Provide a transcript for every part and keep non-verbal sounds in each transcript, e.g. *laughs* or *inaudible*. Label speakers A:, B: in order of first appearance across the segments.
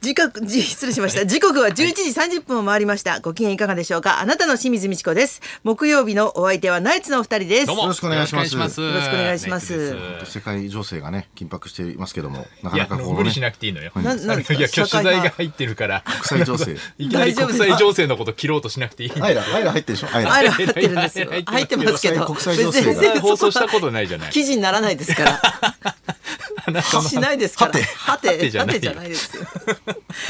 A: 時刻、じ *laughs* 失礼しました。時刻は11時30分を回りました。ご機嫌いかがでしょうかあなたの清水美智子です。木曜日のお相手はナイツのお二人です。
B: どう
A: よ
B: もよ
A: ろ
B: ろ
A: し
B: し
A: く
B: くお願いします
A: よろしくお願いします
B: ナイツです
A: う
B: い
A: ん
B: 世界情勢がね緊迫していますけどもなか
C: や
B: なかこ
C: 無
B: うね
C: 理しなくていいのよ。
A: な
C: あ
A: な
C: のいや今日取材が入ってるから。
B: 国際情勢
C: *laughs* いきなり
A: 大丈夫
C: 国
A: です
C: 際情勢のこと切ろうとしなくていい。
B: アイラアイラ入ってるでしょアイラ
A: あれ入ってるんですよ。入
C: 入
A: っ
C: ってて
A: ま
C: ますす
A: け
B: け
A: ど。
B: ど
A: 別に
B: 国際情勢
A: 全然
C: 放送したことないじゃない。
A: 記事にならないですから。しないですから。
B: はて
A: はて、はて
C: て
A: じ
C: じ
A: ゃ
C: ゃない
A: ないですよ。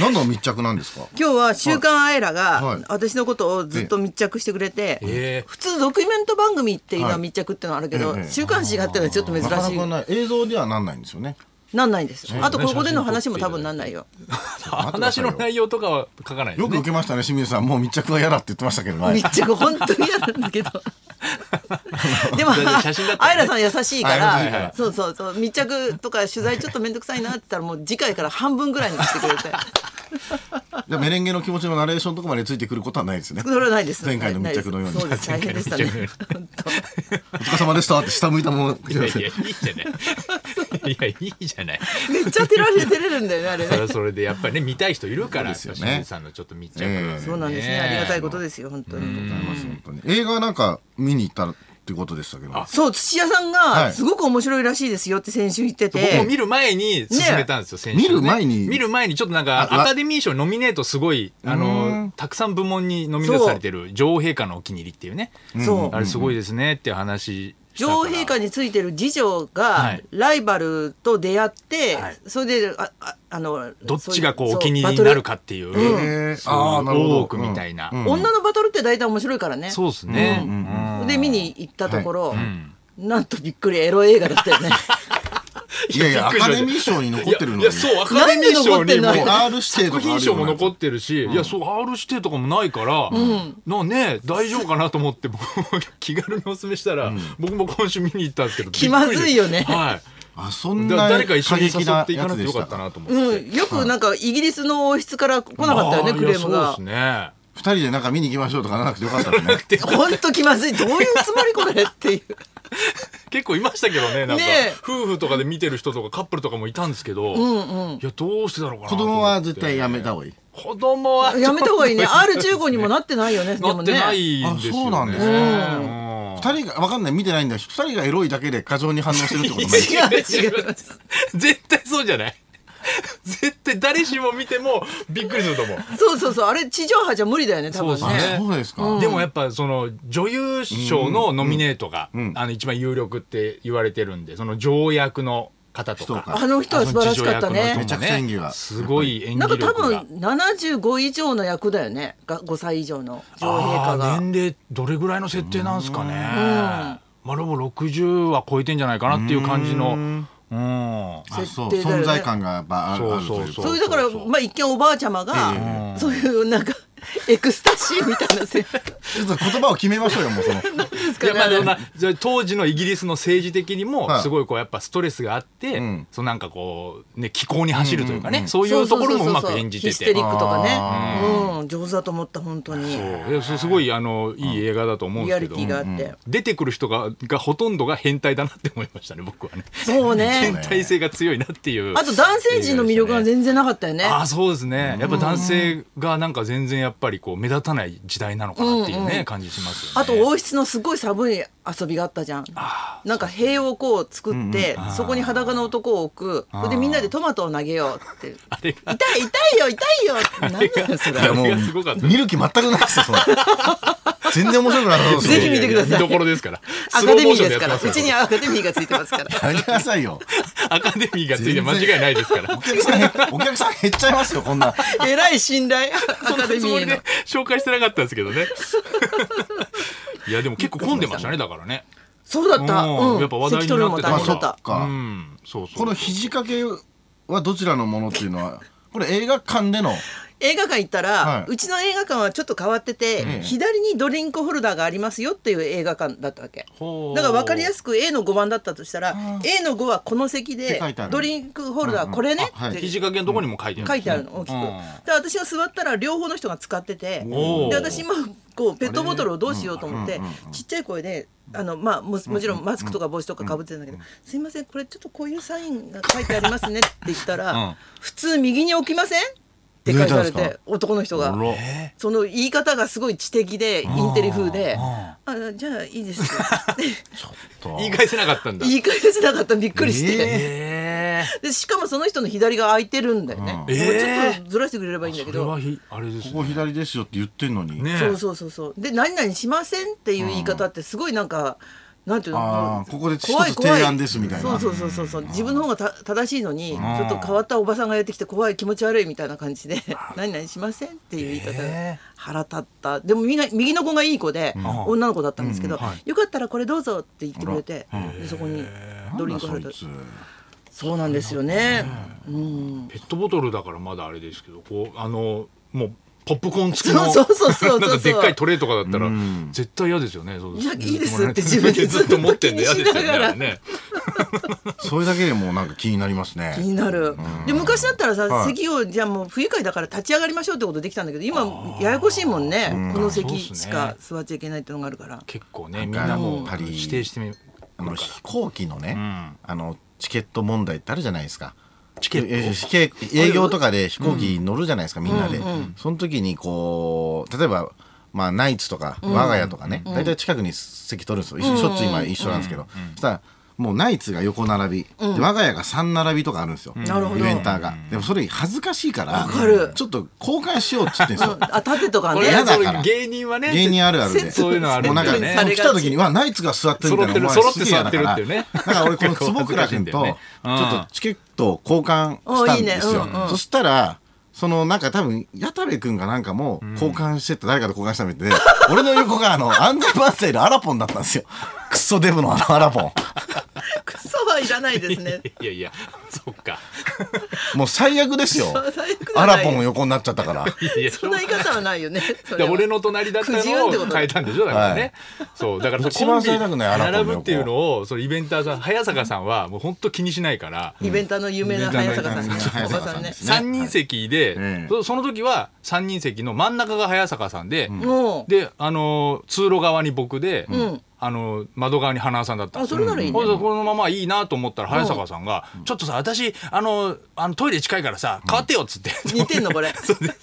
B: 何の密着なんですか
A: 今日は週刊アイラ
B: は
A: が
B: い
A: 私のことをずっと密着してくれて、
C: ええ
A: 普通ドキュメント番組っていうのは
B: はい
A: 密着っていうのはあるけど、
B: ええ
A: 週刊誌があってのはちょっと珍し。
B: なかないかない映像ではなんないんですよね
A: なんないです。あとここでの話も多分
C: 写
A: な
C: 真撮って
A: んないよ。
C: 話の内容とかは書かないで
B: よ
C: す
B: く
C: ね。
B: 受けましたね清水さんもう密着は嫌だって言ってましたけど前
A: 密着本当に嫌なんだけど。でも
C: だって写真だった
A: ア
C: ら
A: イ
C: ね
A: ラさん優しいか
B: はいはいは
A: ら
B: い
A: そうそうそう密着とか取材ちょっと面倒くさいなって言ったらもう次回から半分ぐらいにしてくれて
B: じゃあメレンゲの気持ちのナレーションとかまでついてくることはないですね
A: それはないです
B: 前回の密着のように
A: そうです大変でしたね
C: 前回の密
A: 本当
B: お疲れ様でしたって下向いたもの
C: いやいやいいじゃない。いやいいじゃない。
A: めっちゃ照られてれるんだよねあれ
C: それ
A: ね
C: はそれでやっぱりね見たい人いるから。
B: そうですよね
C: 清水さんのちょっと密着は
B: ええ
A: そうなんですねありがたいことですよ本当に
B: 本当に映画なんか見に行ったってことでしたけど
C: あ
A: そう土屋さん
B: は
A: が
B: い
A: すごく面白いらしいですよって先週言って
C: 僕も
A: て
C: 見る前に進めたんですよ、先週、
B: 見る前に
C: 見る前にちょっとなんか
B: あら
C: アカデミー賞ノミネートすごいあ
B: うん
C: のたくさん部門にノミネートされてる女王陛下のお気に入りっていうね、
A: そう
C: あれすごいですねっていう話したか
A: 女
C: ら
A: 王陛下についてる次女
C: は
A: が
C: い
A: ライバルと出会って、
C: はい
A: それであああの
C: どっちがこう
A: そ
C: お気に入りにな
A: バ
C: るかっていう、
B: んへ
C: え
B: ーあーなるほど
C: 多くみたいな、
A: トル女のバトルって大体面白いからね
C: そうですね、
B: うん
C: うん
A: で見に行ったところ、
C: ん
A: なんとびっくりエロ映画だった
C: *laughs*
A: よね
B: いやいやア
C: びっく
B: カ
C: りしました
B: デミー賞に残
C: い
B: っ
C: や
B: てるの
C: い
B: に
C: やそうアカデミー賞にも
A: なんで残ってんの
B: あ R 指定とか
C: 作
B: あるよね
C: 品賞も残ってるし、いやそう R 指定とかもないから、なんかね大丈夫かなと思って僕気軽にお勧めしたら、僕も今週見に行ったんですけど
A: 気まずいよね
C: びっくりでは
B: あそ
C: い
B: ん
C: だ
B: な
C: 誰か一緒に誘っていか
B: 過
C: なくて
B: 激
C: よ
B: やつでし
C: かったなと思って、
A: うんよくなんかイギリスの王室から来なかったよね
C: あ
A: クレーム
C: いや
A: が
C: そうですね
B: 二人でなんか見に行きましょうとかならなくてよかっ
C: *laughs*
B: たですね
A: ほんと気まずいどういうつもりこれっていう
C: 結構いましたけどねなんか
A: ねえ
C: 夫婦とかで見てる人とかカップルとかもいたんですけど、いやどうしてだろうかな
B: 子供は絶対やめた方がいい
C: 子供 *laughs* は
A: やめた方がいいね R15 にも
C: な
A: なってないよねで
C: な
A: も
C: っ
A: ね
C: てないんですよ、ね、
B: あそうなんですね
C: うん
B: 二人がわかんない見てないんだし二人がエロいだけで過剰に反応してるってことな
A: *laughs*
B: い
A: 違う違う
C: 絶対そうじゃない絶対誰しも見てもびっくりすると思う
A: そうそうそうあれ地上波じゃ無理だよね多分
C: そう
B: あ
C: ですね
B: そうですか、
C: でもやっぱその女優賞のノミネートが、あの一番有力って言われてるんでその条役の方と
B: 人
C: か
B: か
A: あの人は素晴らしかった
C: あの女優
A: ね
C: 役の人も
B: めちゃくちゃ演技が
C: すごい演
A: なんか
C: 技
A: 多
C: 力
A: 分
C: が
A: 75以上の役だよねが5歳以上の女王陛下
C: あー
A: が
C: 年齢どれぐらいの設定なんですかねまあでも60は超えてんじゃないかなっていう感じのうん
B: あそ
A: 設
B: う
A: 定だよね
B: 存在感がやっぱあるあるというか
C: そう
A: そういうだから
C: そうそう
A: まあ一見おばあちゃまがそういうなんかエクスタシーみたいなせ
B: ちょっと言葉を決めましょうよもうその
A: です
C: い
A: かね
C: やま
A: あ
C: あで
A: れ
C: もなじゃあ当時のイギリスの政治的にも
B: はい
C: すごいこうやっぱストレスがあって、
B: ん
C: そうなんかこうね気候に走るというかね、そうい
A: そううそ
C: と
A: う
C: こ
A: そう
C: ろ
A: そう
C: もうまく演じて
A: ヒステ
C: て
A: リ。ックとか
B: あ
A: ねうん上手だと思った本当に
C: そういやすすごいあのいい映画だと思うん
A: リ
C: で
A: ア
C: すけ
A: リテ
C: ど、
A: ィがあって
C: 出てくる人ががほとんどが変態だなって思いましたね僕はね
A: そうね
C: 変態性が強いなっていう
A: あと男性陣の魅力が
C: 然
A: 全然なかったよね
C: あーそうですねやっぱ男性がなんか全然やっぱりこう目立たない時代なのかなっていうね、感じしますよね
A: あと王室のすごい寒い遊びがあったじゃん。なんか塀をこう作って、そこに裸の男を置く。それでみんなでトマトを投げようって。
C: あれが
A: 痛い痛いよ痛いよってなんだよそれ。
B: いやも
C: あれがすごかった
B: う見る気全くないですよその全然面白くなさそうです
A: ぜひ見てください
C: 見どころですから
A: *laughs* アカデミーです
C: スローモションやって
A: から。
C: ま
A: う
C: すよ
A: ちにアカデミーがついてますから。
B: やりなさいよ
C: アカデミーがついて間違いないですから
B: お。客さん減お客さん減っちゃいますよこんな
A: えらい信
C: *laughs*
A: 頼。ア
C: そ
A: カ
C: んな
A: デ
C: つ
A: ミ
C: も
A: ー
C: り
A: の
C: で。紹介してなかったんですけど
A: *laughs*
C: ね。いやでも結構混んでましたねだからね。
A: そうだった。
C: うん
A: うん。
C: やっぱ話題
A: 関
C: に
A: 取るの
C: なっ
A: も
C: て
A: 大
C: た
A: 変だっ
B: まあ
A: た
B: そ。っか
C: うん、そうそう。
B: この肘掛けはどちらのものっていうのはこれ映画館での
A: 映画館行ったら、
B: はいう
A: ちの映画館はちょっと変わってて、左にドリンクホルダーがありますよっていう映画館だったわけ
C: ほう
A: だから分かりやすく A の5番だったとしたら A の5はこの席
B: って
A: で
B: 書いてある
A: ドリンクホルダーこれね
B: うんうん
A: っ
B: あは
A: て
B: い
C: 肘掛けのとこにも書いてある。
A: 書いてあるの大きく、
C: うん
A: で私が座ったら両方の人が使ってて
C: おー
A: で私今こうペットボトルをどうしようと思ってちっちゃい声であの、まあ、ももちろんマスクとか帽子とかかぶってるんだけど「すいませんこれちょっとこういうサインが書いてありますね」って言ったら
C: うん
A: 「普通右に置きません?」でっかいされ
B: 抜いたんです
A: て男の人
B: あ
A: が
B: ら
A: その言い方がすごい知的でインテリ風で
C: あ
A: 「あじゃあいいですよ」
B: ちょっと
C: 言い返せなかったんだ
A: 言い返せなかったびっくりして、
C: え
A: でしかもその人の左が空いてるんだよね、もう
C: うんえー
A: ちょっとずらしてくれればいいんだ
C: そ
A: け
C: れ
A: ど
C: はひあれです
B: ここ
C: ね
B: 左ですよって言ってんのに、
C: ね
A: そうそうそうそうで何々しませんっていう言い方ってすごいなんか、なんていうの
B: ああここで一つ
A: 怖い怖い
B: 提案ですみたいな
A: そうそうそうそうそう自分の方がた正しいのにちょっと変わったおばさんがやってきて怖い気持ち悪いみたいな感じで「 *laughs* 何々しません」っていう言い方
C: え
A: が腹立ったでもみが右の子がいい子で女の子だったんですけど
C: うんは
A: 「よかったらこれどうぞ」って言ってくれてでそこにドリンク
B: な
A: 入
B: ん
A: れ
B: だそい
A: て
B: つ
A: そうなんですよね
C: ペットボトルだからまだあれですけどこうあのもうポップコーン付きの
A: そうそうそうそうそう
C: *laughs* なんかでっかいトレーとかだったら
B: うん
C: 絶対嫌ですよねそう
A: いやいいですって自分でず
C: *laughs* ず
A: っ
C: っ
A: と
C: と
A: 持
C: 持
A: っ
C: ってて
A: ん
C: ん
A: の
C: で
A: 嫌で
C: 嫌ですす
A: よね
C: よね
A: あれ
C: あれね
B: それだけでもうなんか気になります
A: 気
B: ね
A: になる、で昔だったらさ、
B: はい
A: 席をじゃあもう不愉快だから立ち上がりましょうってことできたんだけど今ややこしいもんねこの席しか座っちゃいけないってのがあるから
C: 結構ねみん
B: なんか
C: なもう
B: パリ
C: 否定してみる
B: あの飛行機のね、
C: ん
B: あのチケット問題ってあるじゃないですか
C: チケット
B: ええ飛け営業とかで飛行機乗るじゃないですか、みんなで、その時にこう例えばまあナイツとか我が家とかね、大体近くに席取るんですよ、一緒しょっちゅう今一緒なんですけど、そしたらもうナイツが横並び、で我が家が3並びとかあるんですよ、
A: なるほど
B: イベンターが、でもそれ恥ずかしいから
A: かる
B: ちょっと交換しようっつってんです
A: *laughs*
B: よ
A: あ縦とか
C: こ
A: ね
C: れ
B: 嫌だ
C: そ
B: から
C: ういう芸人はね
B: 芸人あるある
A: セ
B: で
A: ット
C: そういうのある
B: もうんなん
C: だ
B: か
C: よ
B: ね
C: ね
A: され
B: 来た時
A: *laughs*
B: にはナイツが座ってるみたいな
C: 揃ってる
B: お前すげえ嫌だから
C: 揃って座ってるっていうね
B: だ
C: *laughs*
B: から俺この坪倉君
C: 結構
B: と
C: 恥
B: ち
C: ず
B: ょ
C: かしいんだよねうん
B: っとチケットを交換したんですよ
A: おいいねうんうん
B: そしたらそのなんか多分矢田部君がなんかもう交換してって誰かと交換したみたいで俺の横が
C: *laughs*
B: あのアンダーバーサイのアラポンだったんですよクソデブのあのアラポン
A: クソはいらないですね
C: いやい *laughs* やそっか
B: もう最悪ですよ
A: 最悪じゃ
B: ア
A: ない
B: ラポン横になっちゃったから
C: いやいや
A: そんな言い方はないよねそれ
C: で
A: は
C: 俺の隣だったの
A: くじ運ってこ
C: を
A: と
C: 変えたんでしょだからね、
B: はい
C: そうだから
B: 一
C: コ
B: 番
C: ンビ
B: 最悪ねアラフォーの
C: 並ぶっていうのをそのイベンターさん早坂さんはもう本当気にしないから、
A: イベンターの有名な早坂さん
B: イベンターの有名な早坂さ
A: ね
B: んで
A: お
B: す
A: ばさ
B: ね
C: 三3人席で、
B: ええ
C: そその時は3人席の真ん中が早坂さんで、
A: んねもう
C: で、あのー通路側に僕で、
A: ん
C: あのー窓側に花輪さんだったん
A: あ
C: です
A: そ
C: よ
A: れならいいね
C: ほんでこのままいいなと思ったら早坂さんが「ちょっとさ私、あのーあのトイレ近いからさ変わってよ」っつって、
A: *laughs* 似てんのこれ
C: そうで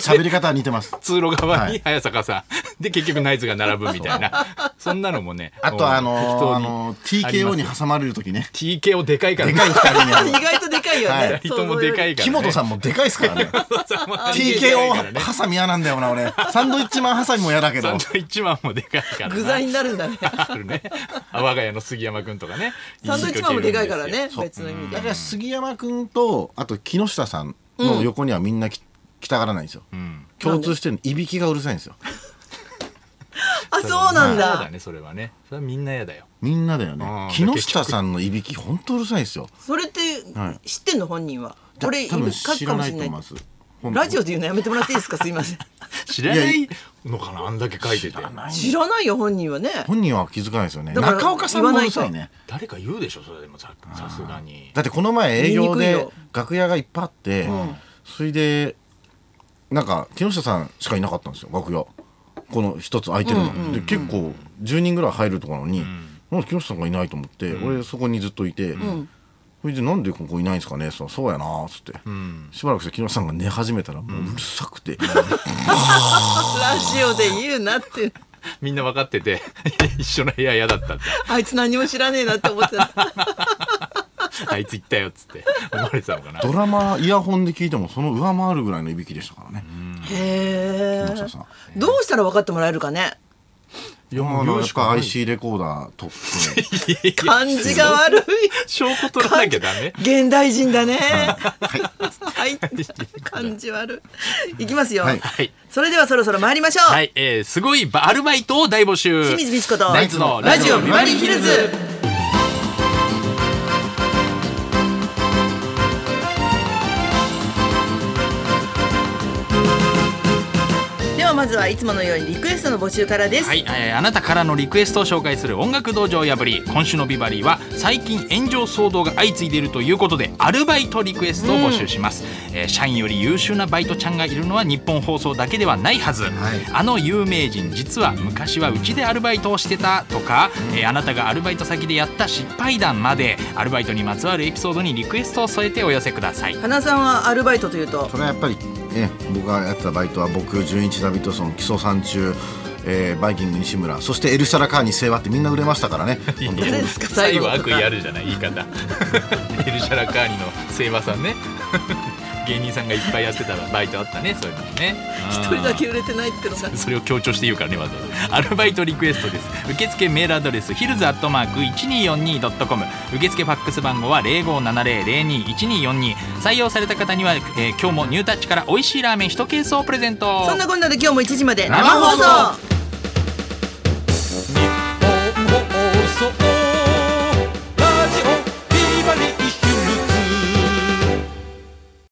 C: それで
B: 喋り方は似てます
C: 通路側
B: は
C: に
B: い
C: 早坂さん、 *laughs* で結局ナイツが並ぶみたいな *laughs* そんなのもね
B: あとあの
C: 適当に
B: あの TKO に挟まれる時ね
C: TKO でかいから *laughs*
B: でかい二人にあ
A: 意
B: の
A: 外とでかいよね
B: はい
C: 二人ともでかいから、
B: 木
C: ね、
B: 本さんもでかいですからね
C: ん
B: TKO ハサミ嫌なんだよな俺サンドイッチマンハサミも嫌だけど
C: サンドイッチマンもでかいからな
A: 具材になるんだね
C: あるね *laughs* あ我が家の杉山くんとかね
A: サンドイッチマンもでかいからね
B: そう
A: 別の意味
B: だ
A: で
B: から杉山君とあと木下さんの横にはみんなき来たがらないんですよ、
C: ん
B: 共通してるのいびきがうるさいんですよ
A: あそうなん
C: そ
A: だ
C: うだねそれはねそれはみんな嫌だよ
B: みんなだよ
C: う
B: ね
C: ん
B: 木下さんのいびきほんとうるさいんですよ
A: それって
B: は
A: 知ってんの本人は
B: だ
A: 俺
B: 多
A: 今
B: 分
A: 書く
B: 知
A: からも
B: な
A: し
B: い
A: れな
B: と思い
A: い
B: ます
A: ラジオで言うのやめてもらっていいですかすいません
C: 知らないのかなあんだけ書いてて
A: 知らないよ本人はね
B: 本人は気づかないですよね
A: だから
B: 中岡さんもうるさい
A: 言
B: ね
C: 誰か言うでしょそれでもささすがに
B: だってこの前営業
A: 言いにくい
B: で
A: よ
B: 楽屋がいっぱいあって、それでなんか木下さんしかいなかったんですよ楽屋この一つ空いてるの、で結構10人ぐらい入るとこなのに、なんか木下さんがいないと思って、俺そこにずっといて、それで「なんでここいないんですかね?」そのそうやな」っつって、しばらくして木下さんが寝始めたらもううるさくて、
A: ラジオで言うなって
C: みんな分かって *laughs* て一緒の部屋嫌だったって
A: あいつ何も知らねえなって思ってた
C: あいつ行ったよっつって思われてたのかな
B: ドラマイヤホンで聞いてもその上回るぐらいのいびきでしたからね、
A: へえ
B: 木下さん。
A: どうしたら分かってもらえるかね
B: いやまあやっぱ IC レコーダーとって。
A: 感じが悪い
C: 証拠取らなきゃダメ
A: 現代人だねはい感じ悪いいきますよ、
B: はい
C: はい
A: それではそろそろ参りましょう、
C: はい、えー、すごいバアルバイトを大募集
A: 清水美智子と
C: ナイツの
A: ラジオビバリーヒルズではまずはいつものようにリクエストの募集からです、
C: はい、えーあなたからのリクエストを紹介する音楽道場破り今週のビバリーは最近炎上騒動が相次いでいるということでアルバイトリクエストを募集します、えー社員より優秀なバイトちゃんがいるのは日本放送だけではないはず、あの有名人実は昔はうちでアルバイトをしてたとか、えーあなたがアルバイト先でやった失敗談までアルバイトにまつわるエピソードにリクエストを添えてお寄せください
A: 花さんはアルバイトというと
B: それはやっぱりえ僕がやってたバイトは僕純一ダビッドソン木曽さん中、えーバイキング西村そしてエルシャラカーニ清和ってみんな売れましたからね本当
A: 誰ですか
C: 最
A: 最後
C: 後
A: の
C: 悪意あるじゃない言い方エルシャラカーニの聖和さんね芸人さんがいっぱいやってたらバイトあったねそういうのもね
A: 一人だけ売れてないってのが
C: それを強調して言うからねわざわざアルバイトリクエストです受付メールアドレスヒルズアットマーク 1242.com 受付ファックス番号は0570021242採用された方には、えー今日もニュータッチから美味しいラーメン1ケースをプレゼント
A: そんなこんなで今日も1時まで
C: 生放送